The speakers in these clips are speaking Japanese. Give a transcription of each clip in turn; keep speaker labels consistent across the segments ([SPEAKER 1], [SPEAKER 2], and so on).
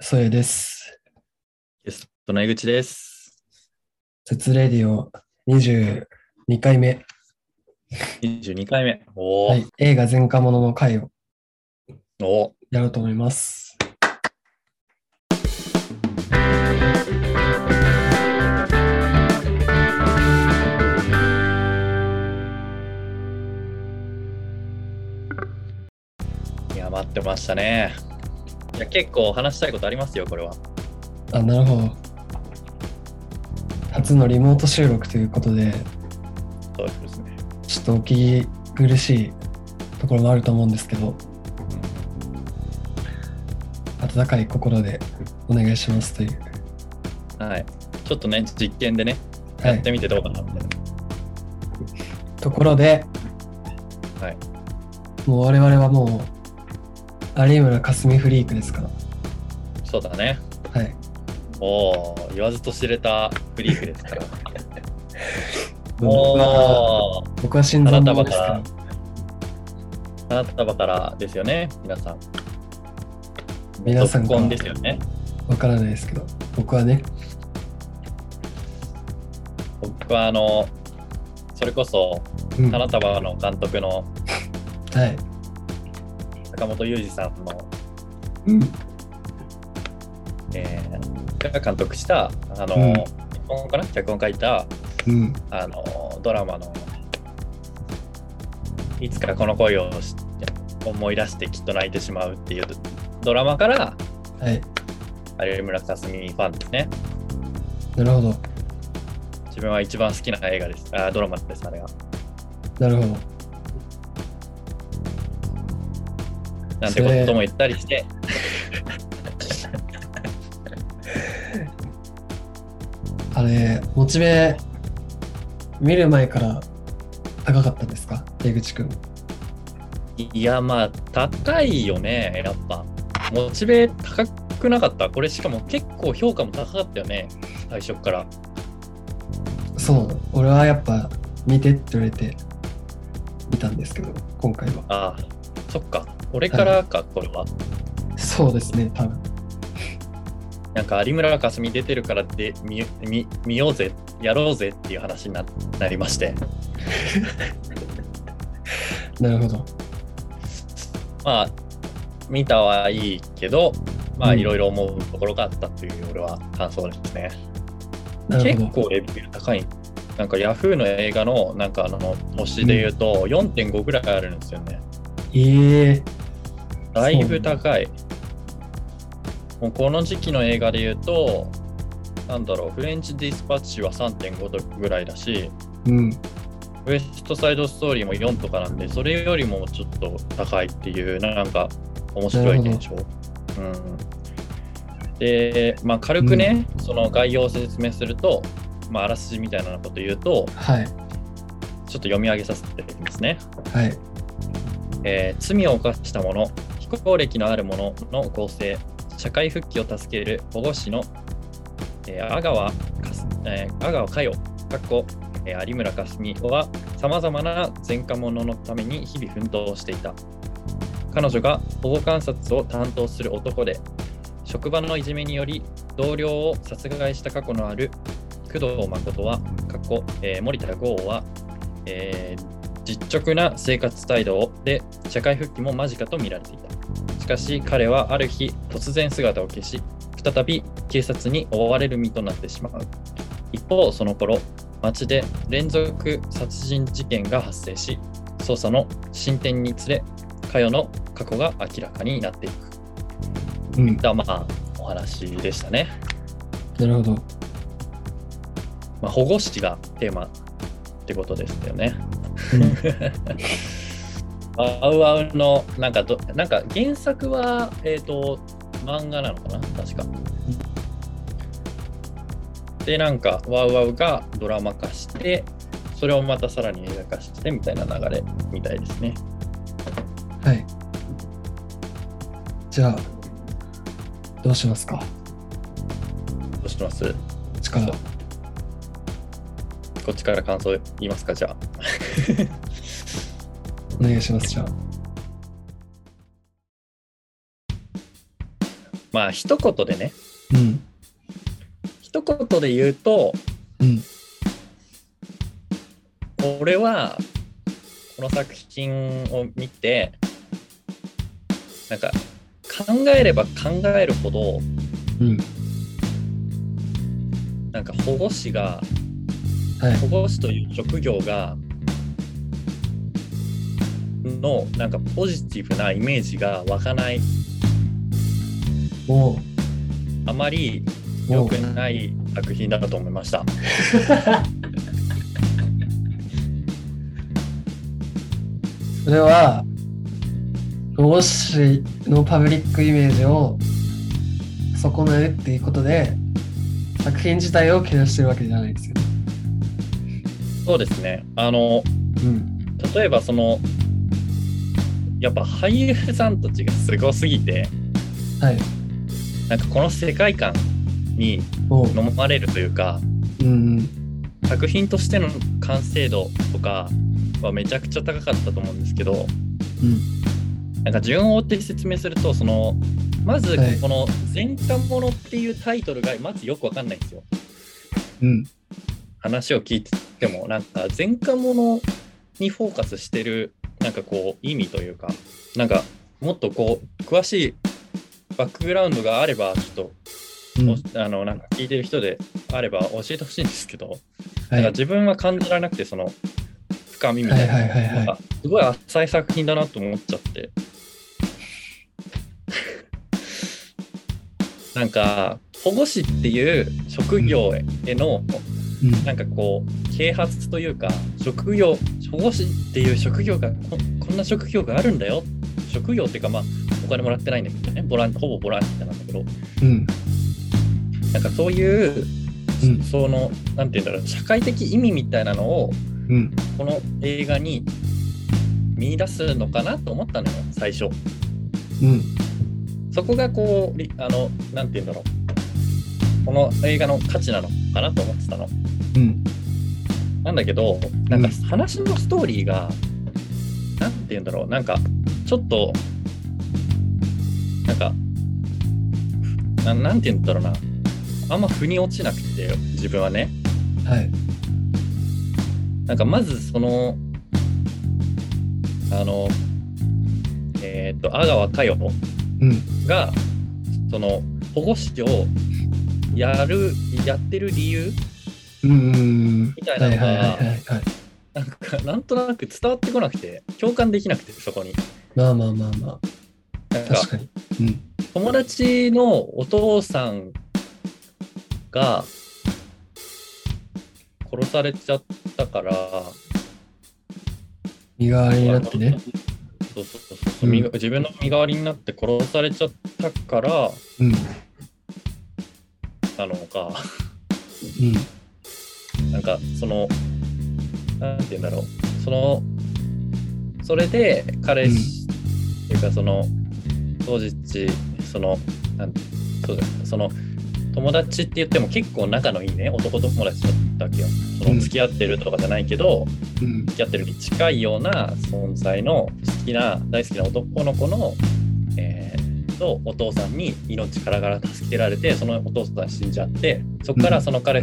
[SPEAKER 1] そえです。
[SPEAKER 2] ゲストの江口です。
[SPEAKER 1] 絶レディオ22回目、
[SPEAKER 2] 22回目。おお、
[SPEAKER 1] はい、映画前科者の回を
[SPEAKER 2] おー
[SPEAKER 1] やろうと思います。
[SPEAKER 2] いや、待ってましたね。いや、結構話したいことありますよ、これは。
[SPEAKER 1] あ、なるほど。初のリモート収録ということで、
[SPEAKER 2] そうですね。
[SPEAKER 1] ちょっとお聞き苦しいところもあると思うんですけど、温かい心でお願いしますという。
[SPEAKER 2] はい。ちょっとね、実験でね、
[SPEAKER 1] は
[SPEAKER 2] やっ
[SPEAKER 1] い
[SPEAKER 2] て、みてどうかなみたい
[SPEAKER 1] ところで、
[SPEAKER 2] はい
[SPEAKER 1] もう我々はもう有村架純フリークですから。
[SPEAKER 2] な。そうだね。
[SPEAKER 1] はい、
[SPEAKER 2] おお、言わずと知れたフリークですから。
[SPEAKER 1] 僕は
[SPEAKER 2] おお、
[SPEAKER 1] 僕は新参者ですけ
[SPEAKER 2] あ
[SPEAKER 1] ど
[SPEAKER 2] な、花束からですよね、皆さん。
[SPEAKER 1] 皆さんから
[SPEAKER 2] コンですよね。
[SPEAKER 1] わからないですけど、僕はね、
[SPEAKER 2] 僕は、あの、それこそ、
[SPEAKER 1] うんは
[SPEAKER 2] 花束の監督の
[SPEAKER 1] い、
[SPEAKER 2] 坂本裕二さんの
[SPEAKER 1] うん
[SPEAKER 2] えーが監督したあの、
[SPEAKER 1] うん
[SPEAKER 2] 脚本かな脚本書いた
[SPEAKER 1] うん、
[SPEAKER 2] あのドラマの「いつかこの恋をし思い出してきっと泣いてしまう」っていうドラマから
[SPEAKER 1] はい、
[SPEAKER 2] 有村架純ファンですね
[SPEAKER 1] なるほど、
[SPEAKER 2] 自分は一番好きな映画ですあドラマですあれが
[SPEAKER 1] なるほど、
[SPEAKER 2] なんてことも言ったりして
[SPEAKER 1] あれ、モチベ、見る前から高かったんですか、出口くん。
[SPEAKER 2] いやまあ高いよねやっぱモチベ高くなかったこれしかも結構評価も高かったよね最初から
[SPEAKER 1] そう、俺はやっぱ見てって言われて見たんですけど、今回は。
[SPEAKER 2] ああそっか俺からか、これは
[SPEAKER 1] そうですね、多分。
[SPEAKER 2] なんか有村架純出てるからで見見見ようぜやろうぜっていう話にななりまして
[SPEAKER 1] なるほど。
[SPEAKER 2] まあ見たはいいけどまあ
[SPEAKER 1] うん
[SPEAKER 2] いろいろ思うところがあったという俺は感想ですね、
[SPEAKER 1] なるほ
[SPEAKER 2] 結
[SPEAKER 1] ど。
[SPEAKER 2] 構レビュー高いなんかヤフーの映画のなんかあの星で言うと4.5ぐらいあるんですよね
[SPEAKER 1] ええ
[SPEAKER 2] だいぶ高いもうこの時期の映画で言うとなんだろうフレンチ・ディスパッチは3.5度ぐらいだし
[SPEAKER 1] うん。
[SPEAKER 2] ウエストサイドストーリーも4とかなんで、それよりもちょっと高いっていう、なんか面白い現象。うん、で、まあ、軽くね、その概要を説明すると、まあ、あらすじみたいなこと言うと、
[SPEAKER 1] はい。
[SPEAKER 2] ちょっと読み上げさせていただきますね。
[SPEAKER 1] はい。
[SPEAKER 2] えー罪を犯した者、非行歴のある者の合成、社会復帰を助ける保護司の、えー阿川かすえー阿川佳代、かっこえー有村架純は、さまざまな前科者のために日々奮闘していた。彼女が保護観察を担当する男で、職場のいじめにより同僚を殺害した過去のある工藤誠は、かっこえー森田剛は、えー実直な生活態度で社会復帰も間近と見られていたしかし彼はある日突然姿を消し再び警察に追われる身となってしまう一方その頃町で連続殺人事件が発生し捜査の進展につれ佳代の過去が明らかになっていく
[SPEAKER 1] うん。
[SPEAKER 2] だまあお話でしたね、
[SPEAKER 1] なるほど。
[SPEAKER 2] まあ、保護士がテーマってことですよね
[SPEAKER 1] うん
[SPEAKER 2] アウアウのなんかどなんか原作はえっ、と漫画なのかな確か。でなんかワウワウがドラマ化してそれをまたさらに映画化してみたいな流れみたいですね。
[SPEAKER 1] はい。じゃあ、どうしますか
[SPEAKER 2] どうします
[SPEAKER 1] 力。
[SPEAKER 2] こっちから感想言いますかじゃあ。
[SPEAKER 1] お願いします、じゃあ。
[SPEAKER 2] まあ一言でね
[SPEAKER 1] うん。
[SPEAKER 2] 一言で言うと
[SPEAKER 1] うん。
[SPEAKER 2] これはこの作品を見てなんか考えれば考えるほど
[SPEAKER 1] うん。
[SPEAKER 2] なんか保護士が
[SPEAKER 1] はい。
[SPEAKER 2] 保護士という職業がのなんかポジティブなイメージが湧かない
[SPEAKER 1] おう
[SPEAKER 2] あまり良
[SPEAKER 1] おう
[SPEAKER 2] く。ない作品だと思いました。
[SPEAKER 1] それは、保護士のパブリックイメージを損ねるっていうことで、作品自体をけなしてるわけじゃないですよね。
[SPEAKER 2] そうですねあの
[SPEAKER 1] うん。
[SPEAKER 2] 例えばそのやっぱ俳優さんたちがすごすぎて
[SPEAKER 1] はい。
[SPEAKER 2] なんかこの世界観に
[SPEAKER 1] おう。
[SPEAKER 2] 飲まれるというか
[SPEAKER 1] うん
[SPEAKER 2] 作品としての完成度とかはめちゃくちゃ高かったと思うんですけど
[SPEAKER 1] うん。
[SPEAKER 2] なんか順を追って説明するとそのまず
[SPEAKER 1] はい
[SPEAKER 2] この「前科者」っていうタイトルがまずよくわかんないんですよ
[SPEAKER 1] うん。
[SPEAKER 2] 話を聞いててもなんか前科者にフォーカスしてるなんかこう意味というかなんかもっとこう詳しいバックグラウンドがあればちょっと
[SPEAKER 1] うん。う
[SPEAKER 2] お
[SPEAKER 1] ん。
[SPEAKER 2] あのなんか聞いてる人であれば教えてほしいんですけど、
[SPEAKER 1] は
[SPEAKER 2] なんか
[SPEAKER 1] い。
[SPEAKER 2] 自分は感じられなくてその深みみ
[SPEAKER 1] は
[SPEAKER 2] た
[SPEAKER 1] い
[SPEAKER 2] いな,、
[SPEAKER 1] はいはいはい
[SPEAKER 2] なんかすごい浅い作品だなと思っちゃって なんか保護士っていう職業への
[SPEAKER 1] うん。
[SPEAKER 2] なんかこう啓発というか職業保護士っていう職業がここんな職業があるんだよ職業っていうかまあお金もらってないんだけどねボランほぼボランティアなんだけど
[SPEAKER 1] うん。
[SPEAKER 2] なんかそういう、
[SPEAKER 1] うん
[SPEAKER 2] そのなんて言うんだろう社会的意味みたいなのを
[SPEAKER 1] うん。
[SPEAKER 2] この映画に見出すのかなと思ったのよ最初
[SPEAKER 1] うん。
[SPEAKER 2] そこがこうりあのなんて言うんだろうこの映画の価値なのかなと思ってたの
[SPEAKER 1] うん。
[SPEAKER 2] なんだけどなんか
[SPEAKER 1] うん
[SPEAKER 2] 話のストーリーがなんて言うんだろうなんかちょっとなんかななんて言うんだろうなあんま腑に落ちなくて自分はね
[SPEAKER 1] はい。
[SPEAKER 2] なんかまずそのあのえっ、と阿川佳代
[SPEAKER 1] うん。
[SPEAKER 2] がその保護士をやるやってる理由
[SPEAKER 1] うん。うん。
[SPEAKER 2] みたい
[SPEAKER 1] は
[SPEAKER 2] ないの
[SPEAKER 1] はいはい
[SPEAKER 2] が
[SPEAKER 1] はいはい。
[SPEAKER 2] なんかなんとなく伝わってこなくて共感できなくてそこに
[SPEAKER 1] まあまあまあまあ。
[SPEAKER 2] なんか
[SPEAKER 1] 確かに。うん。
[SPEAKER 2] 友達のお父さんが殺されちゃったから
[SPEAKER 1] 身代わりになってね。
[SPEAKER 2] そうそうそうそう身が自分の身代わりになって殺されちゃったから
[SPEAKER 1] うん。
[SPEAKER 2] なのか、
[SPEAKER 1] うん。
[SPEAKER 2] なんかその、なんて言うんだろう、その、それで彼氏、っていうかその、当日、その、なんそうだその、友達って言っても結構仲のいいね、男友達だったわけよ。そ
[SPEAKER 1] うん
[SPEAKER 2] の付き合ってるとかじゃないけど、
[SPEAKER 1] うん。
[SPEAKER 2] 付き合ってるに近いような存在の好きな、大好きな男の子の、えーとお父さんに命からがら助けられてそのお父さん死んじゃってそこか
[SPEAKER 1] う
[SPEAKER 2] ら
[SPEAKER 1] ん
[SPEAKER 2] その彼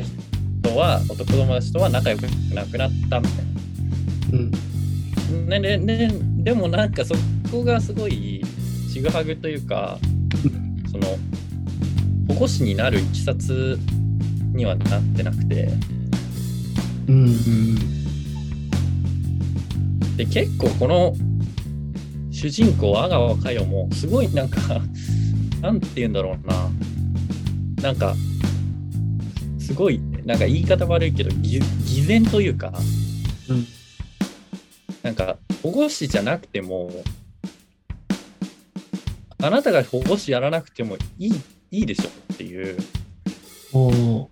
[SPEAKER 2] とは、男友達とは仲良くなくなったみたい
[SPEAKER 1] うん。
[SPEAKER 2] な、ねねね、でもなんかそこがすごいちぐはぐというかその保護士になるいきさつにはなってなくて
[SPEAKER 1] うん。
[SPEAKER 2] で結構この主人公阿川佳代もすごいなんかなんて言うんだろうななんかすごいなんか言い方悪いけどぎ偽善というか
[SPEAKER 1] うん。
[SPEAKER 2] なんか保護士じゃなくてもあなたが保護士やらなくてもいいいいでしょっていう
[SPEAKER 1] おお。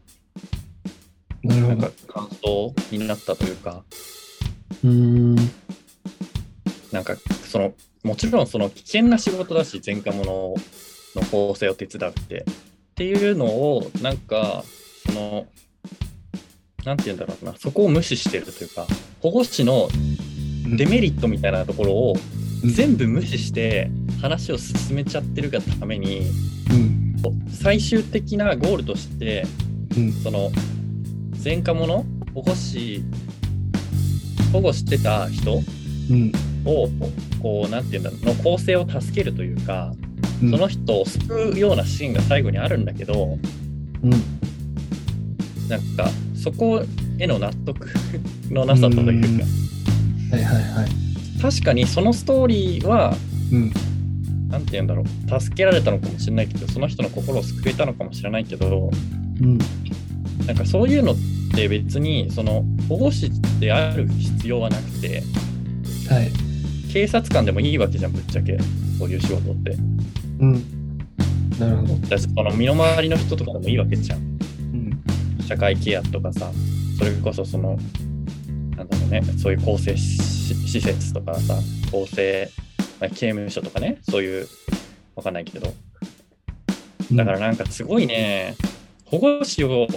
[SPEAKER 1] なる
[SPEAKER 2] な
[SPEAKER 1] ほ
[SPEAKER 2] んか
[SPEAKER 1] ど。
[SPEAKER 2] 感想になったというか
[SPEAKER 1] うーん。
[SPEAKER 2] なんかそのもちろんその危険な仕事だし前科者の構成を手伝うってっていうのをなんかそのなんて言うんだろうなそこを無視してるというか保護士のデメリットみたいなところを
[SPEAKER 1] うん
[SPEAKER 2] 全部無視して話を進めちゃってるがために
[SPEAKER 1] うん。
[SPEAKER 2] 最終的なゴールとして、
[SPEAKER 1] うん
[SPEAKER 2] その前科者保護し保護してた人
[SPEAKER 1] うん
[SPEAKER 2] をこうなんていうんだろうの構成を助けるというか、
[SPEAKER 1] うん
[SPEAKER 2] その人を救うようなシーンが最後にあるんだけど
[SPEAKER 1] うん
[SPEAKER 2] なんかそこへの納得のなさというか
[SPEAKER 1] はいはいはい
[SPEAKER 2] 確かにそのストーリーは
[SPEAKER 1] うん
[SPEAKER 2] なんていうんだろう助けられたのかもしれないけどその人の心を救えたのかもしれないけど
[SPEAKER 1] うん
[SPEAKER 2] なんかそういうのって別にその保護士である必要はなくて
[SPEAKER 1] はい
[SPEAKER 2] 警察官でもいいわけじゃんぶっちゃけそういう仕事って
[SPEAKER 1] うんなるほど
[SPEAKER 2] だしその身の回りの人とかでもいいわけじゃん
[SPEAKER 1] うん
[SPEAKER 2] 社会ケアとかさそれこそそのなんだろうねそういう更生し施設とかさ更生、まあ刑務所とかねそういうわかんないけどだからなんかすごいね、保護士を、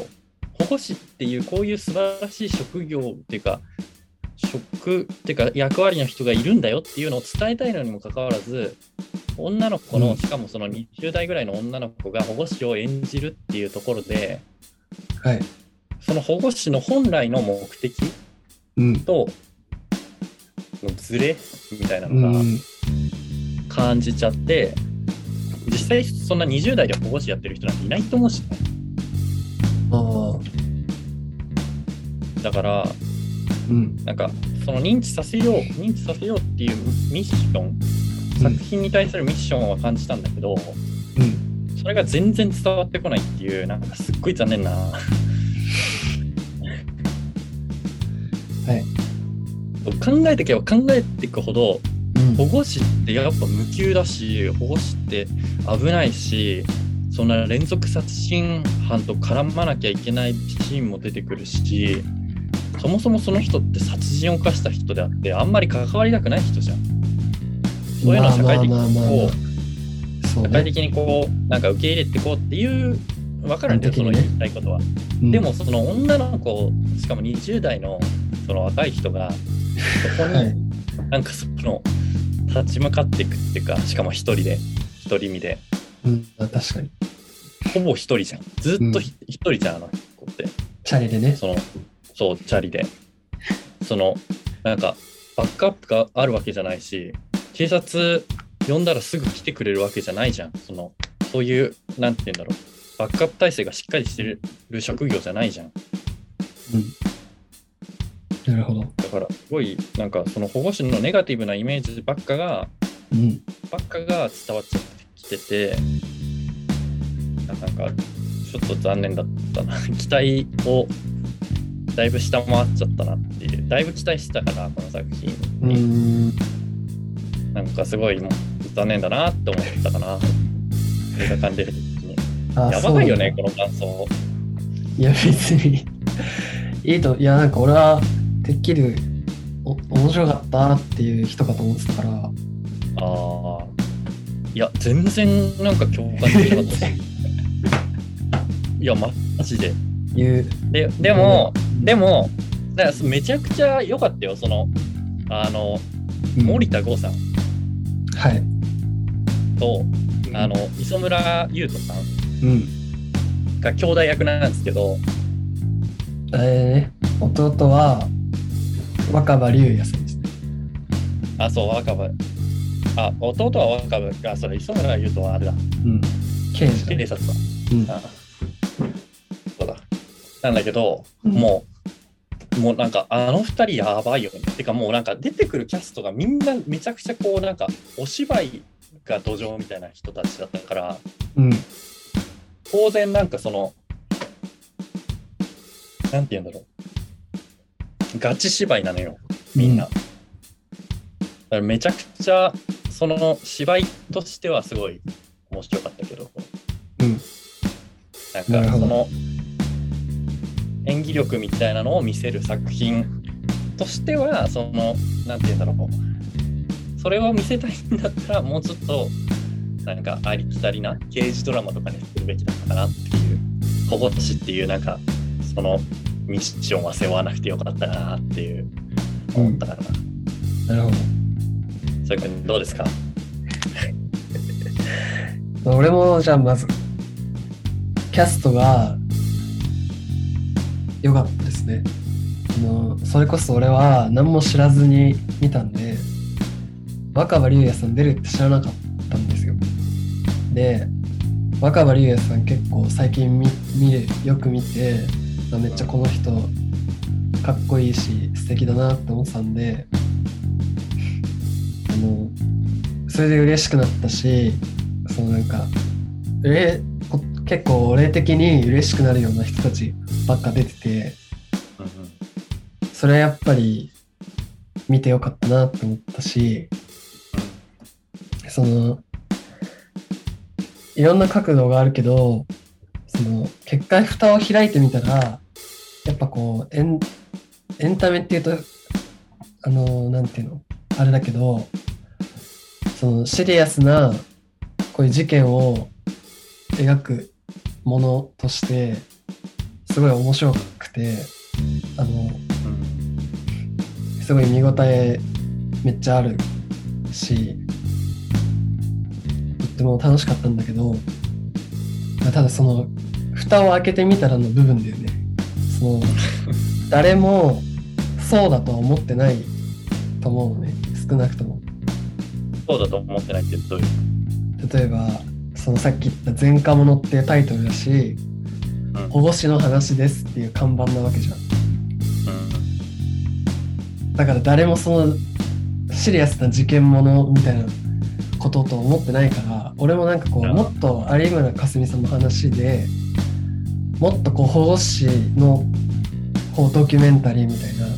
[SPEAKER 2] 保護士っていうこういう素晴らしい職業っていうか、職っていうか役割の人がいるんだよっていうのを伝えたいのにもかかわらず、女の子
[SPEAKER 1] う
[SPEAKER 2] の、
[SPEAKER 1] ん
[SPEAKER 2] しかもその20代ぐらいの女の子が保護士を演じるっていうところで、
[SPEAKER 1] はい
[SPEAKER 2] その保護士の本来の目的
[SPEAKER 1] うん
[SPEAKER 2] と、のズレみたいな
[SPEAKER 1] う
[SPEAKER 2] のが
[SPEAKER 1] ん
[SPEAKER 2] 感じちゃって、実際そんな20代で保護士やってる人なんていないと思うしね。
[SPEAKER 1] ああ
[SPEAKER 2] だから、
[SPEAKER 1] うん
[SPEAKER 2] なんかその認知させよう認知させようっていうミッション作品に対するミッションは感じたんだけ
[SPEAKER 1] う
[SPEAKER 2] ど、
[SPEAKER 1] ん
[SPEAKER 2] それが全然伝わってこないっていうなんかすっごい残念な
[SPEAKER 1] はい
[SPEAKER 2] 考えてけば考えていくほど
[SPEAKER 1] うん
[SPEAKER 2] 保護士ってやっぱ無給だし保護士って危ないしそんな連続殺人犯と絡まなきゃいけないシーンも出てくるしそもそもその人って殺人を犯した人であってあんまり関わりたくない人じゃん。そういうのは社会的
[SPEAKER 1] まあまあまあまあま
[SPEAKER 2] にこ
[SPEAKER 1] あそうう
[SPEAKER 2] 社会
[SPEAKER 1] ね
[SPEAKER 2] 的にこうなんか受け入れてこうっていう分かるんだよ、
[SPEAKER 1] 基
[SPEAKER 2] その
[SPEAKER 1] 本的にね
[SPEAKER 2] 言いたいことは。
[SPEAKER 1] うん
[SPEAKER 2] でもその女の子しかも20代のその若い人がそこに
[SPEAKER 1] はい
[SPEAKER 2] なんかその立ち向かっていくっていうかしかも一人で独り身で
[SPEAKER 1] うんあ確かに
[SPEAKER 2] ほぼ一人じゃんずっとひ一人じゃんあの子って
[SPEAKER 1] チャリでね
[SPEAKER 2] そのそうチャリでそのなんかバックアップがあるわけじゃないし警察呼んだらすぐ来てくれるわけじゃないじゃんそのそういうなんて言うんだろうバックアップ体制がしっかりしてる職業じゃないじゃん
[SPEAKER 1] うんなるほど
[SPEAKER 2] だからすごいなんかその保護士のネガティブなイメージばっかが
[SPEAKER 1] うん
[SPEAKER 2] ばっかが伝わっちゃってきててなんかちょっと残念だったな 期待をだいぶ下回っちゃったなっていうだいぶ期待してたからこの作品
[SPEAKER 1] う
[SPEAKER 2] に、
[SPEAKER 1] ん
[SPEAKER 2] なんかすごいもう残念だなって思ったかな映画館出る時に
[SPEAKER 1] あ
[SPEAKER 2] やばい
[SPEAKER 1] そ
[SPEAKER 2] よ
[SPEAKER 1] うな
[SPEAKER 2] ね
[SPEAKER 1] んだ
[SPEAKER 2] この感想
[SPEAKER 1] いや別にいいといやなんか俺はてっきりお面白かったっていう人かと思ってたから
[SPEAKER 2] ああいや全然なんか共感できなかっ たしいやマジで
[SPEAKER 1] いう
[SPEAKER 2] ででも、で
[SPEAKER 1] も
[SPEAKER 2] も、だからめちゃくちゃ良かったよ、その、あの、森田剛さん
[SPEAKER 1] はい
[SPEAKER 2] と、あの、磯村優斗さん
[SPEAKER 1] うん
[SPEAKER 2] が兄弟役なんですけど、
[SPEAKER 1] あれね弟は若葉龍也さんですね
[SPEAKER 2] あ、そう、若葉。あ、弟は若葉が、それ、磯村優斗はあれだ、
[SPEAKER 1] うん刑事だ
[SPEAKER 2] 警
[SPEAKER 1] ね
[SPEAKER 2] 察だ。
[SPEAKER 1] うん
[SPEAKER 2] あそうだ。なんだけど、
[SPEAKER 1] うん
[SPEAKER 2] もう、もうなんか、あの二人やばいよね。てか、もうなんか、出てくるキャストがみんなめちゃくちゃこう、なんか、お芝居が土壌みたいな人たちだったから、
[SPEAKER 1] うん
[SPEAKER 2] 当然なんかそのなんて言うんだろうガチ芝居なのよみんな、だからめちゃくちゃその芝居としてはすごい面白かったけど
[SPEAKER 1] うん
[SPEAKER 2] な
[SPEAKER 1] なんる
[SPEAKER 2] か
[SPEAKER 1] ほ
[SPEAKER 2] そ
[SPEAKER 1] ど
[SPEAKER 2] の演技力みたいなのを見せる作品としてはそのなんて言うんだろうそれを見せたいんだったらもうちょっとなんかありきたりな刑事ドラマとかにするべきだったかなっていう保護士っていうなんかそのミッションは背負わなくてよかったなっていう思ったから、
[SPEAKER 1] なるほ
[SPEAKER 2] それ君どうですか
[SPEAKER 1] ど俺もじゃあまずキャストが良かったですねあのそれこそ俺は何も知らずに見たんで若葉龍也さん出るって知らなかったんですよで若葉龍也さん結構最近見見るよく見てあめっちゃこの人かっこいいし素敵だなって思ってたんであのそれで嬉しくなったしそのなんかうれこ結構俺的に嬉しくなるような人たちばっか出てて
[SPEAKER 2] うん
[SPEAKER 1] それはやっぱり見てよかったなって思ったしそのいろんな角度があるけどその結果蓋を開いてみたらやっぱこうエンエンタメっていうとあのなんていうのあれだけどそのシリアスなこういう事件を描くものとしてすごい面白くてあの
[SPEAKER 2] うん
[SPEAKER 1] すごい見応えめっちゃあるしとっても楽しかったんだけど、まあ、ただその蓋を開けてみたらの部分だよねその誰もそうだとは思ってないと思うのね少なくとも
[SPEAKER 2] そうだと思ってないけどどういう
[SPEAKER 1] 例えばそのさっき言った「前科者」っていうタイトルだし
[SPEAKER 2] うん
[SPEAKER 1] 「保護司の話です」っていう看板なわけじゃんだから誰もそのシリアスな事件ものみたいなことと思ってないから俺もなんかこう
[SPEAKER 2] うん
[SPEAKER 1] もっと有村架純さんの話でもっとこう保護士のこうドキュメンタリーみたいな
[SPEAKER 2] うん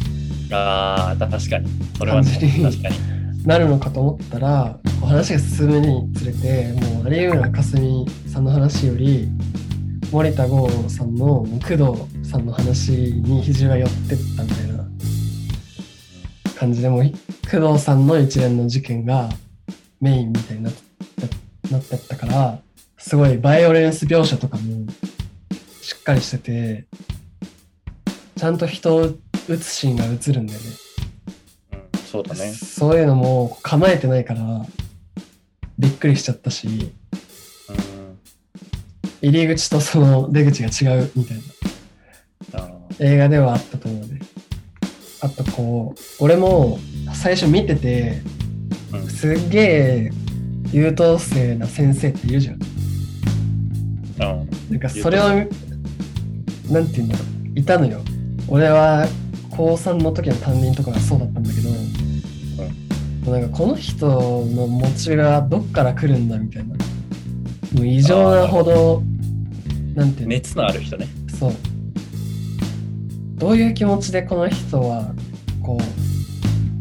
[SPEAKER 2] ああ確かにそれは、ね、
[SPEAKER 1] 感じ
[SPEAKER 2] 確かに
[SPEAKER 1] なるのかと思ったらこう話が進むにつれてもう有村架純さんの話より森田剛さんの工藤さんの話に比重が寄ってったみたいな感じでもう工藤さんの一連の事件がメインみたいになってなってったからすごいバイオレンス描写とかもしっかりしててちゃんと人を撃つシーンが映るんだよね。
[SPEAKER 2] うんそうだね
[SPEAKER 1] そういうのも構えてないからびっくりしちゃったし
[SPEAKER 2] うん
[SPEAKER 1] 入り口とその出口が違うみたいな
[SPEAKER 2] あー
[SPEAKER 1] 映画ではあったと思うねあとこう俺も最初見てて
[SPEAKER 2] うん
[SPEAKER 1] すっげえ優等生な先生っているじゃん
[SPEAKER 2] あ
[SPEAKER 1] なんかそれをなんて言うんだろういたのよ俺は高3の時の担任とかがそうだったんだけど、なんかこの人の持ちがどっから来るんだみたいなもう異常なほどなんて
[SPEAKER 2] ー
[SPEAKER 1] いうの、
[SPEAKER 2] 熱のある人ね
[SPEAKER 1] そうどういう気持ちでこの人はこう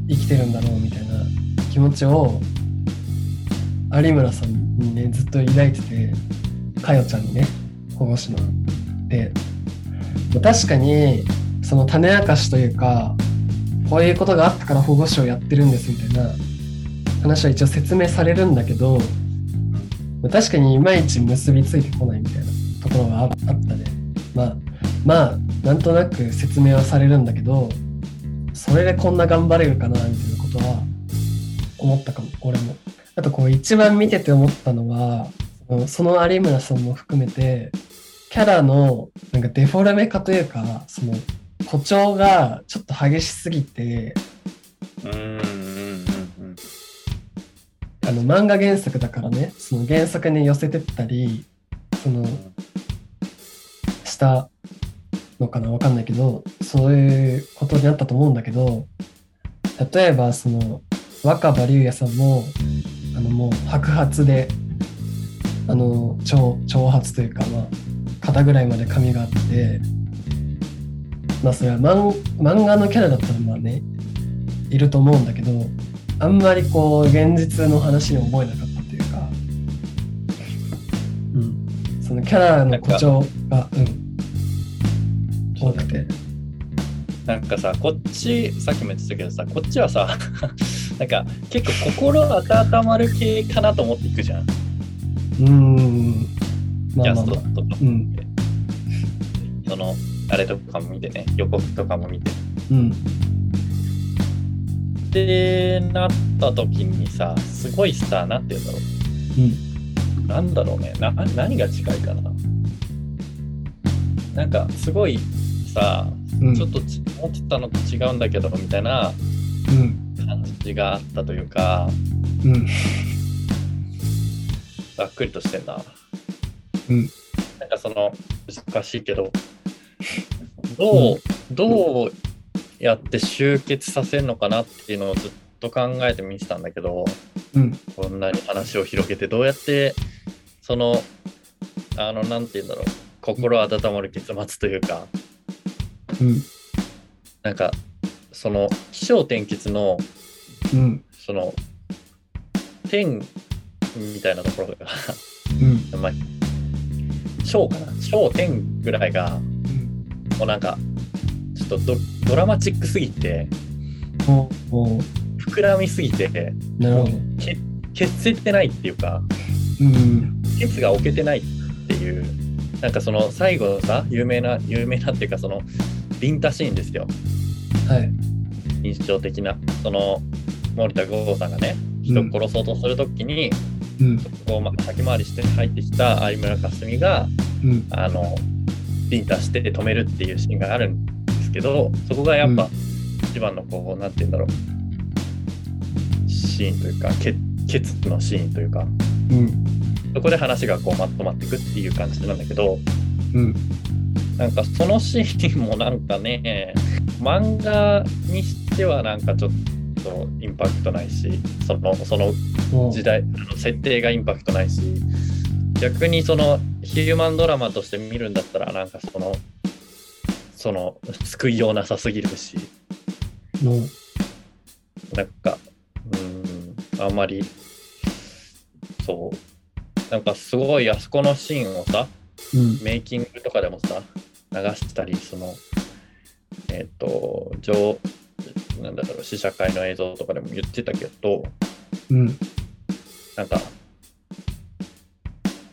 [SPEAKER 1] 生きてるんだろうみたいな気持ちを有村さんにねずっと抱いててかよちゃんにね保護司の。でまあ確かにその種明かしというかこういうことがあったから保護司をやってるんですみたいな話は一応説明されるんだけどまあ確かにいまいち結びついてこないみたいなところがああったね。まあまあなんとなく説明はされるんだけどそれでこんな頑張れるかなみたいなことは思ったかも俺も。あとこう一番見てて思ったのはそのその有村さんも含めてキャラのなんかデフォルメ化というかその誇張がちょっと激しすぎて
[SPEAKER 2] うんうんうんうん
[SPEAKER 1] あの漫画原作だからねその原作に寄せてったりそのしたのかなわかんないけどそういうことになったと思うんだけど例えばその若葉龍也さんもあのもう白髪であの長長髪というかまあ肩ぐらいまで髪があってまあそれは漫漫画のキャラだったらまあねいると思うんだけどあんまりこう現実の話に思えなかったというか、うん、そのキャラの誇張がうん多くて
[SPEAKER 2] なんかさこっちさっきも言ってたけどさこっちはさ なんか結構心温まる系かなと思っていくじゃんキ
[SPEAKER 1] うんまあ
[SPEAKER 2] ャ
[SPEAKER 1] まあ
[SPEAKER 2] スト
[SPEAKER 1] ま
[SPEAKER 2] と
[SPEAKER 1] あ
[SPEAKER 2] か、
[SPEAKER 1] うん
[SPEAKER 2] そのあれとかも見てね予告とかも見て
[SPEAKER 1] うん
[SPEAKER 2] ってなった時にさすごいさなんて言うんだろ
[SPEAKER 1] うん
[SPEAKER 2] うなんだろうねな何が近いかななんかすごいさ、
[SPEAKER 1] うん、
[SPEAKER 2] ちょっとち思ってたのと違うんだけどみたいな
[SPEAKER 1] うん、
[SPEAKER 2] 感じがあったというか、
[SPEAKER 1] うん、
[SPEAKER 2] ざっくりとしてんな。
[SPEAKER 1] うん。
[SPEAKER 2] なんかその、難しい けど、どう、どうやって集結させるのかなっていうのをずっと考えてみてたんだけど、
[SPEAKER 1] うん、
[SPEAKER 2] こんなに話を広げて、どうやって、その、あの、なんて言うんだろう、心温まる結末というか、
[SPEAKER 1] うん、
[SPEAKER 2] なんか、その、起承転結の、
[SPEAKER 1] うん、
[SPEAKER 2] その、天みたいなところが、
[SPEAKER 1] うん、
[SPEAKER 2] まあ、小かな小天ぐらいがもうなんかちょっとドドラマチックすぎて
[SPEAKER 1] おお
[SPEAKER 2] 膨らみすぎて
[SPEAKER 1] なるほど。
[SPEAKER 2] け消せてないっていうか
[SPEAKER 1] うん、
[SPEAKER 2] ケツが置けてないっていうなんかその最後のさ有名な有名なっていうかそのビンタシーンですよ
[SPEAKER 1] はい。
[SPEAKER 2] 印象的なその森田剛さんがね人を殺そうとするときに、
[SPEAKER 1] うん、
[SPEAKER 2] こうま先回りして入ってきた有村架純が
[SPEAKER 1] うん、
[SPEAKER 2] あのビンタして止めるっていうシーンがあるんですけどそこがやっ
[SPEAKER 1] う
[SPEAKER 2] ぱ一番のこうなんて言うんだろうシーンというかケケツのシーンというか
[SPEAKER 1] うん、
[SPEAKER 2] そこで話がこうまとまっていくっていう感じなんだけど
[SPEAKER 1] うん、
[SPEAKER 2] なんかそのシーンもなんかね漫画にしてはなんかちょっとインパクトないしそのその
[SPEAKER 1] お
[SPEAKER 2] 時代あの設定がインパクトないし逆にそのヒューマンドラマとして見るんだったらなんかそのその救いようなさすぎるし
[SPEAKER 1] の、
[SPEAKER 2] なんかうんあんまりそうなんかすごいあそこのシーンをさ
[SPEAKER 1] うん、
[SPEAKER 2] メイキングとかでもさ流したりそのえっ、と上なんだろう試写会の映像とかでも言ってたけど
[SPEAKER 1] うん、
[SPEAKER 2] なんか、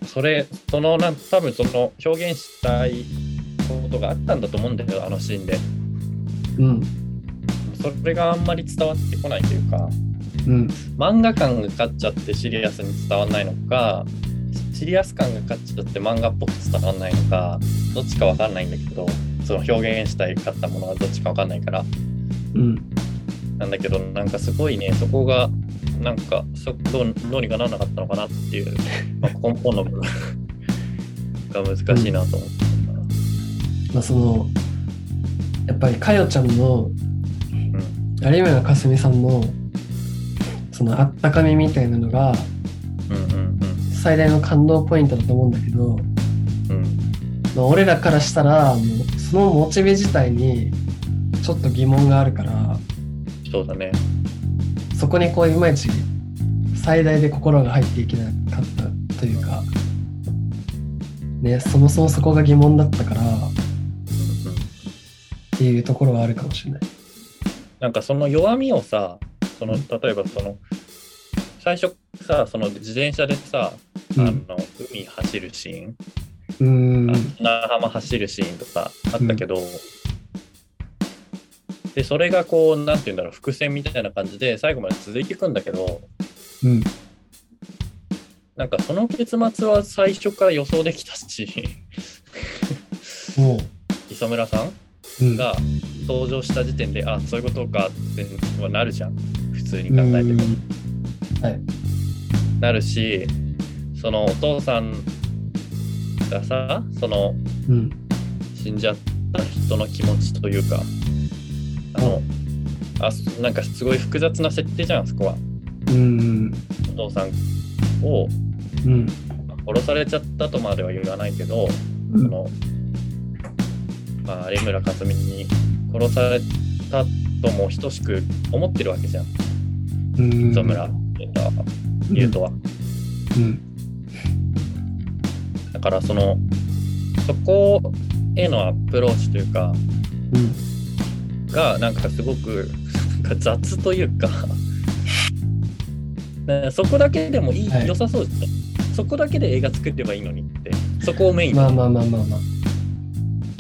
[SPEAKER 2] それ、その、なん多分その表現したいことがあったんだと思うんだけど、あのシーンで。
[SPEAKER 1] うん、
[SPEAKER 2] それがあんまり伝わってこないというか、
[SPEAKER 1] うん、
[SPEAKER 2] 漫画感が勝っちゃってシリアスに伝わらないのか、シリアス感が勝っちゃって漫画っぽく伝わらないのか、どっちかわかんないんだけど、その表現したいかったものがどっちかわかんないから、
[SPEAKER 1] うん、
[SPEAKER 2] なんだけど、なんかすごいね、そこが、なんかそどうどうにかならなかったのかなっていう、まあ、根本の部分 が難しいなと思ってたから
[SPEAKER 1] まあその、やっぱりかよちゃんの、
[SPEAKER 2] うん
[SPEAKER 1] 有村架純さんの、そのあったかみみたいなのが、
[SPEAKER 2] うん
[SPEAKER 1] 最大の感動ポイントだと思うんだけど、
[SPEAKER 2] うんうん
[SPEAKER 1] まあ、俺らからしたらもうそのモチベ自体にちょっと疑問があるから
[SPEAKER 2] そうだね
[SPEAKER 1] そこにこういまいち最大で心が入っていけなかったというか、ね、そもそもそこが疑問だったから
[SPEAKER 2] うん
[SPEAKER 1] っていうところはあるかもしれない。
[SPEAKER 2] なんかその弱みをさその例えばその最初さその自転車でさ、あ
[SPEAKER 1] う
[SPEAKER 2] の海走るシーン、
[SPEAKER 1] ん、うん、
[SPEAKER 2] 砂浜走るシーンとかあったけど、でそれがこうなんて言うんだろう伏線みたいな感じで最後まで続いていくんだけど
[SPEAKER 1] うん、
[SPEAKER 2] なんかその結末は最初から予想できたし
[SPEAKER 1] も
[SPEAKER 2] 磯村さ
[SPEAKER 1] う、うんん、
[SPEAKER 2] が登場した時点であそういうことかってはなるじゃん普通に考えて
[SPEAKER 1] う
[SPEAKER 2] も。
[SPEAKER 1] んはい、
[SPEAKER 2] なるしそのお父さんがさその
[SPEAKER 1] うん、
[SPEAKER 2] 死んじゃった人の気持ちというかあのあすなんかすごい複雑な設定じゃんそこは
[SPEAKER 1] うん、
[SPEAKER 2] お父さんを
[SPEAKER 1] うん、
[SPEAKER 2] 殺されちゃったとまでは言わないけどその、まあ、有村架純に殺されたとも等しく思ってるわけじゃん
[SPEAKER 1] うん、
[SPEAKER 2] 磯村っていうとは、
[SPEAKER 1] うん、
[SPEAKER 2] だからそのそこへのアプローチというか
[SPEAKER 1] うん、
[SPEAKER 2] がなんかすごくなんか雑というか ねそこだけでもいい、
[SPEAKER 1] はい
[SPEAKER 2] 良さそうじゃんそこだけで映画作ればいいのにってそこをメインに、
[SPEAKER 1] まあまあまあまあまあ。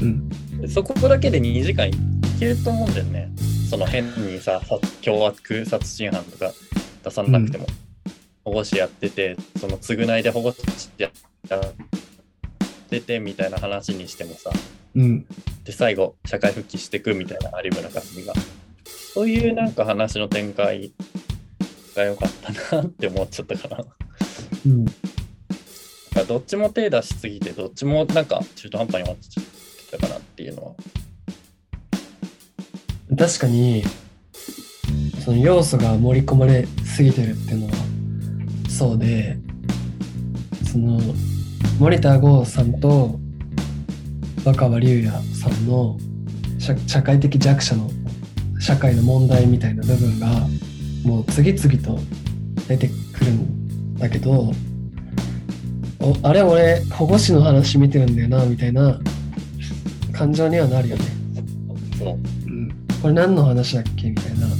[SPEAKER 1] うん、
[SPEAKER 2] そこだけで2時間いけると思うんだよねその変にささ凶悪殺人犯とか出さなくても、保護司やっててその償いで保護司やっててみたいな話にしてもさ
[SPEAKER 1] うん。
[SPEAKER 2] で最後社会復帰していくみたいな有村架純がそういうなんか話の展開が良かったなって思っちゃったかな
[SPEAKER 1] うん。
[SPEAKER 2] なんかどっちも手出しすぎてどっちもなんか中途半端に終わっちゃってたかなっていうのは
[SPEAKER 1] 確かにその要素が盛り込まれすぎてるっていうのはそうでその森田剛さんと若葉龍也さんの社社会的弱者の社会の問題みたいな部分がもう次々と出てくるんだけどおあれ俺保護士の話見てるんだよなみたいな感情にはなるよね。
[SPEAKER 2] そう、
[SPEAKER 1] これ何の話だっけみたいな、
[SPEAKER 2] う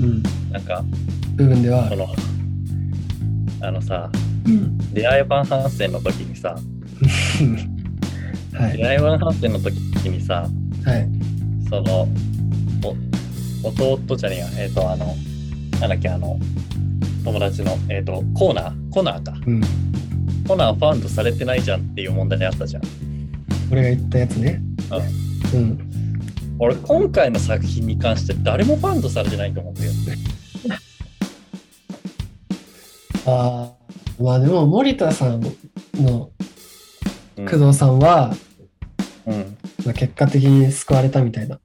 [SPEAKER 1] うん、
[SPEAKER 2] ん、なんか
[SPEAKER 1] 部分ではあ
[SPEAKER 2] そ
[SPEAKER 1] る。
[SPEAKER 2] のあのさ
[SPEAKER 1] うん、
[SPEAKER 2] 出会い版反戦の時にさ
[SPEAKER 1] は
[SPEAKER 2] 出
[SPEAKER 1] い、
[SPEAKER 2] 会い版反戦の時にさ
[SPEAKER 1] はい、
[SPEAKER 2] そのお弟じゃねえやえっ、とあのなんだっけあの友達のえっ、とコーナーコーナーか
[SPEAKER 1] うん、
[SPEAKER 2] コーナーファウンドされてないじゃんっていう問題あったじゃん
[SPEAKER 1] 俺が言ったやつね。うん、
[SPEAKER 2] 俺今回の作品に関して誰もファウンドされてないと思うんだよ
[SPEAKER 1] ああ、まあでも森田さんの
[SPEAKER 2] うん
[SPEAKER 1] 工藤さんは、
[SPEAKER 2] うん
[SPEAKER 1] まあ、結果的に救われたみたいな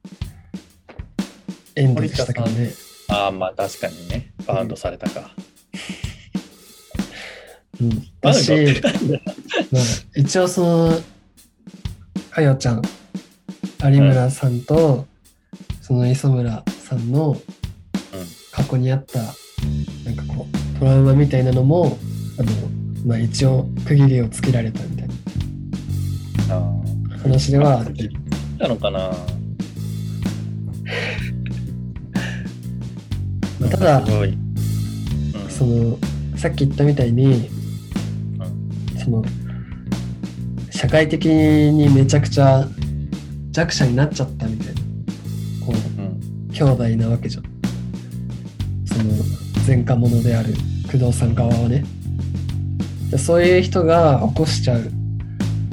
[SPEAKER 1] エンドでしたけどね。
[SPEAKER 2] ああまあ確かにねファウンドされたか、
[SPEAKER 1] うん、だ
[SPEAKER 2] バウンド
[SPEAKER 1] し、まあ、一応そのかよちゃん有村さんと、その磯村さんの過去にあったなんかこうトラウマみたいなのもあの、まあ、一応区切りをつけられたみたい
[SPEAKER 2] うんああ
[SPEAKER 1] な話ではあって
[SPEAKER 2] なのかな
[SPEAKER 1] ただ
[SPEAKER 2] すごい、うん、
[SPEAKER 1] そのさっき言ったみたいにその社会的にめちゃくちゃ弱者になっちゃったみたいなこう
[SPEAKER 2] うん
[SPEAKER 1] 兄弟なわけじゃんその前科者である工藤さん側はねでそういう人が起こしちゃう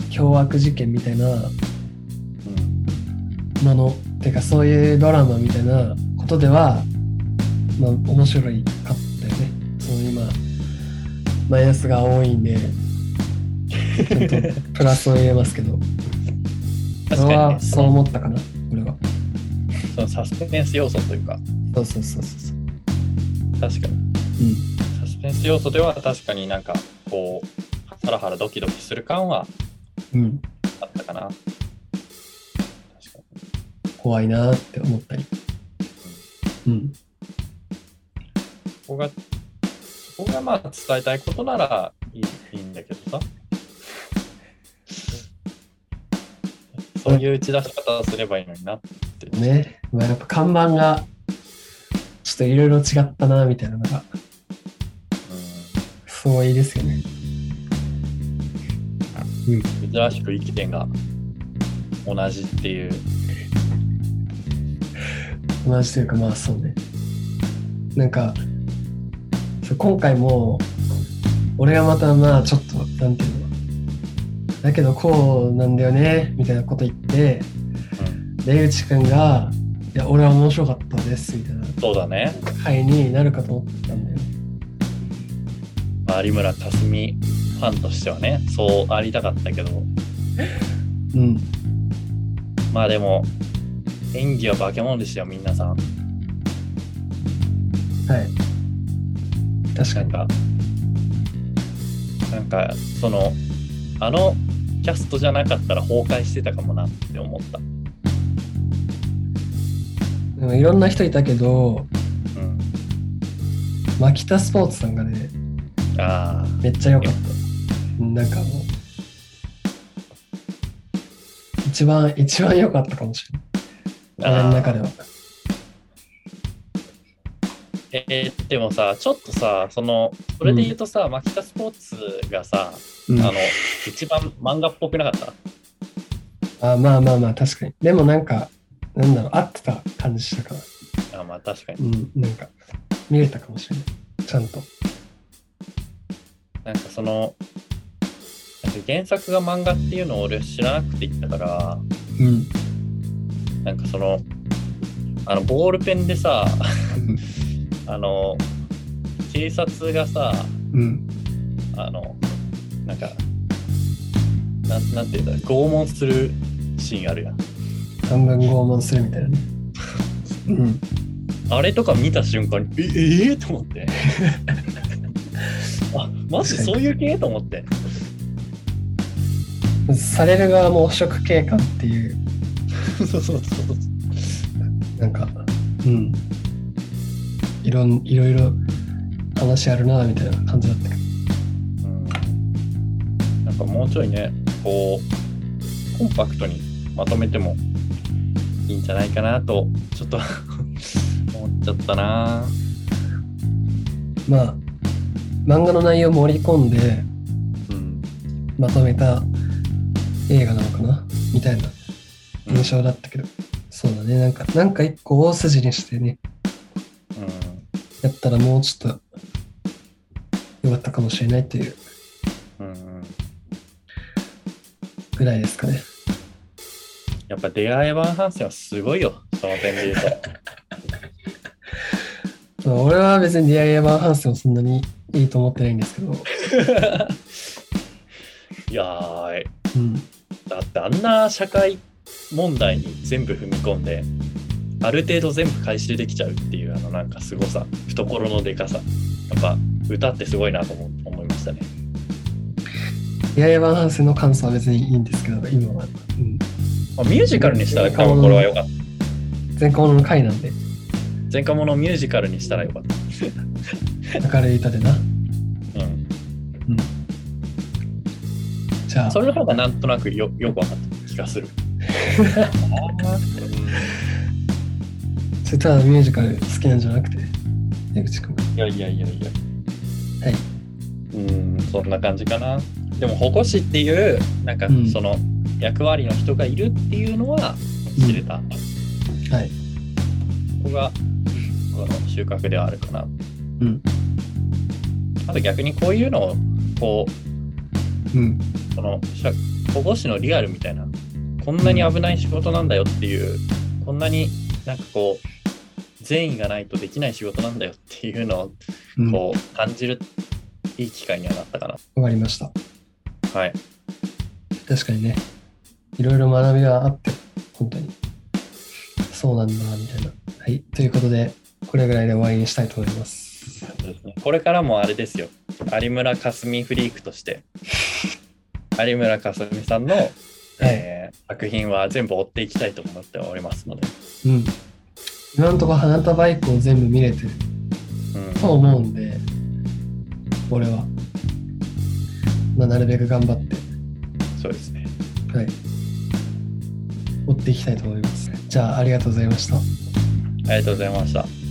[SPEAKER 1] 凶悪事件みたいな
[SPEAKER 2] うん
[SPEAKER 1] ものてかそういうドラマみたいなことではまあ面白いかったよねその今マイナスが多いんでちょっとプラスを入れますけど
[SPEAKER 2] 確
[SPEAKER 1] それ
[SPEAKER 2] か
[SPEAKER 1] は
[SPEAKER 2] に、ね、
[SPEAKER 1] そう思ったかな俺は
[SPEAKER 2] そのサスペンス要素というか
[SPEAKER 1] そうそうそうそう
[SPEAKER 2] 確かに
[SPEAKER 1] うん
[SPEAKER 2] サスペンス要素では確かになんかこうハラハラドキドキする感は
[SPEAKER 1] うん
[SPEAKER 2] あったかな確かに
[SPEAKER 1] 怖いなーって思ったりうん
[SPEAKER 2] そこがそこがまあ伝えたいことならいいいいんだけどさそういう打ち出し方をすればいいのになって
[SPEAKER 1] ね、まあ、やっぱ看板がちょっといろいろ違ったなみたいなのが
[SPEAKER 2] う
[SPEAKER 1] すごいですよね。
[SPEAKER 2] ん、珍しく意見が同じっていう
[SPEAKER 1] 同じというかまあそうね。なんかそう今回も俺がまたまあちょっとなんていうのだけどこうなんだよねみたいなこと言って出口くんが「いや俺は面白かったです」みたいな
[SPEAKER 2] そうだね
[SPEAKER 1] 回になるかと思ったんだよね。
[SPEAKER 2] まあ有村架純ファンとしてはねそうありたかったけど
[SPEAKER 1] うん
[SPEAKER 2] まあでも演技は化け物でしたよ皆さん
[SPEAKER 1] はい。確か
[SPEAKER 2] な
[SPEAKER 1] に。
[SPEAKER 2] んかなんかそのあのキャストじゃなかったら崩壊してたかもなって思った、
[SPEAKER 1] でもいろんな人いたけど
[SPEAKER 2] うん、
[SPEAKER 1] マキタスポーツさんがね
[SPEAKER 2] ああ
[SPEAKER 1] めっちゃ良かった。なんかもう、一番、一番良かったかもしれない。
[SPEAKER 2] あー
[SPEAKER 1] 俺の中では。
[SPEAKER 2] えーでもさちょっとさそのそれで言うとさ、マキタスポーツがさ、
[SPEAKER 1] うん
[SPEAKER 2] あの一番漫画っぽくなかった
[SPEAKER 1] あまあまあまあ、確かに。でもなんか、なんだろう、合ってた感じしたから。
[SPEAKER 2] あまあ確かに
[SPEAKER 1] うん、なんか、見れたかもしれない。ちゃんと。
[SPEAKER 2] なんかそのなん原作が漫画っていうのを俺知らなくて言ったから、
[SPEAKER 1] うん。
[SPEAKER 2] なんかその、あの、ボールペンでさ、 あの、警察がさ、
[SPEAKER 1] うん。
[SPEAKER 2] あの、なんか、なんなんていうんだろう、拷問するシーンあるやん。
[SPEAKER 1] ガンガン拷問するみたいなね。うん。
[SPEAKER 2] あれとか見た瞬間に、ええー、と思 って。あ、マジそういう系と思って。
[SPEAKER 1] される側も汚職警官っていう、
[SPEAKER 2] そうそうそうそう。
[SPEAKER 1] なんか、うん。いろんいろいろ話あるな、みたいな感じだったけど。
[SPEAKER 2] うんなんかもうちょいね、こう、コンパクトにまとめてもいいんじゃないかなと、ちょっと 思っちゃったな。
[SPEAKER 1] まあ、漫画の内容盛り込んで
[SPEAKER 2] うん。
[SPEAKER 1] まとめた映画なのかなみたいな印象だったけど。そうだね。なんか、なんか一個大筋にしてね、やったらもうちょっと、良かったかもしれないという
[SPEAKER 2] うん。うん。うん。
[SPEAKER 1] ぐらいですかね。
[SPEAKER 2] やっぱ出会い版反省はすごいよ、その点で言うと。
[SPEAKER 1] まあ俺は別にディアイエバーハンスもそんなにいいと思ってないんですけど、
[SPEAKER 2] いやー、
[SPEAKER 1] うん、
[SPEAKER 2] だってあんな社会問題に全部踏み込んである程度全部回収できちゃうっていうあのなんかすごさ懐のでかさやっぱ歌ってすごいなと思思いましたね
[SPEAKER 1] ディアイエバーハンスの感想は別にいいんですけど、今は、うん、
[SPEAKER 2] まあミュージカルにしたら多分これは良かった
[SPEAKER 1] 前回の回なんで、
[SPEAKER 2] 前科者をミュージカルにしたら良かった
[SPEAKER 1] 明るい歌でな。
[SPEAKER 2] うん
[SPEAKER 1] じゃあ
[SPEAKER 2] そ、れの方がなんとなくよよく分かった気がする
[SPEAKER 1] それただミュージカル好きなんじゃなくて、江口くん。
[SPEAKER 2] いやいやいやいや
[SPEAKER 1] はい
[SPEAKER 2] うんそんな感じかなでも保護士っていうなんか
[SPEAKER 1] うん
[SPEAKER 2] その役割の人がいるっていうのは知れた、
[SPEAKER 1] はい。
[SPEAKER 2] ここがこの収穫ではあるかな。
[SPEAKER 1] うん。
[SPEAKER 2] あと逆にこういうのをこう
[SPEAKER 1] うん。
[SPEAKER 2] この社保護士のリアルみたいなこんなに危ない仕事なんだよっていうこんなになんかこう善意がないとできない仕事なんだよっていうのを
[SPEAKER 1] うん、わ
[SPEAKER 2] こう感じるいい機会にはなったかな。
[SPEAKER 1] かりました。
[SPEAKER 2] はい。
[SPEAKER 1] 確かにね、いろいろ学びはあって、本当に。そうなんだ、みたいな。はい。ということで、これぐらいで終わりにしたいと思います。
[SPEAKER 2] これからもあれですよ有村架純フリークとして有村架純さんの、えー作品は全部追っていきたいと思っておりますので、
[SPEAKER 1] うん。今のところ花束以降全部見れてる
[SPEAKER 2] うん
[SPEAKER 1] と思うんで、俺は。まあ、なるべく頑張って、
[SPEAKER 2] そうですね
[SPEAKER 1] はい。追っていきたいと思います。じゃあ、ありがとうございました。
[SPEAKER 2] ありがとうございました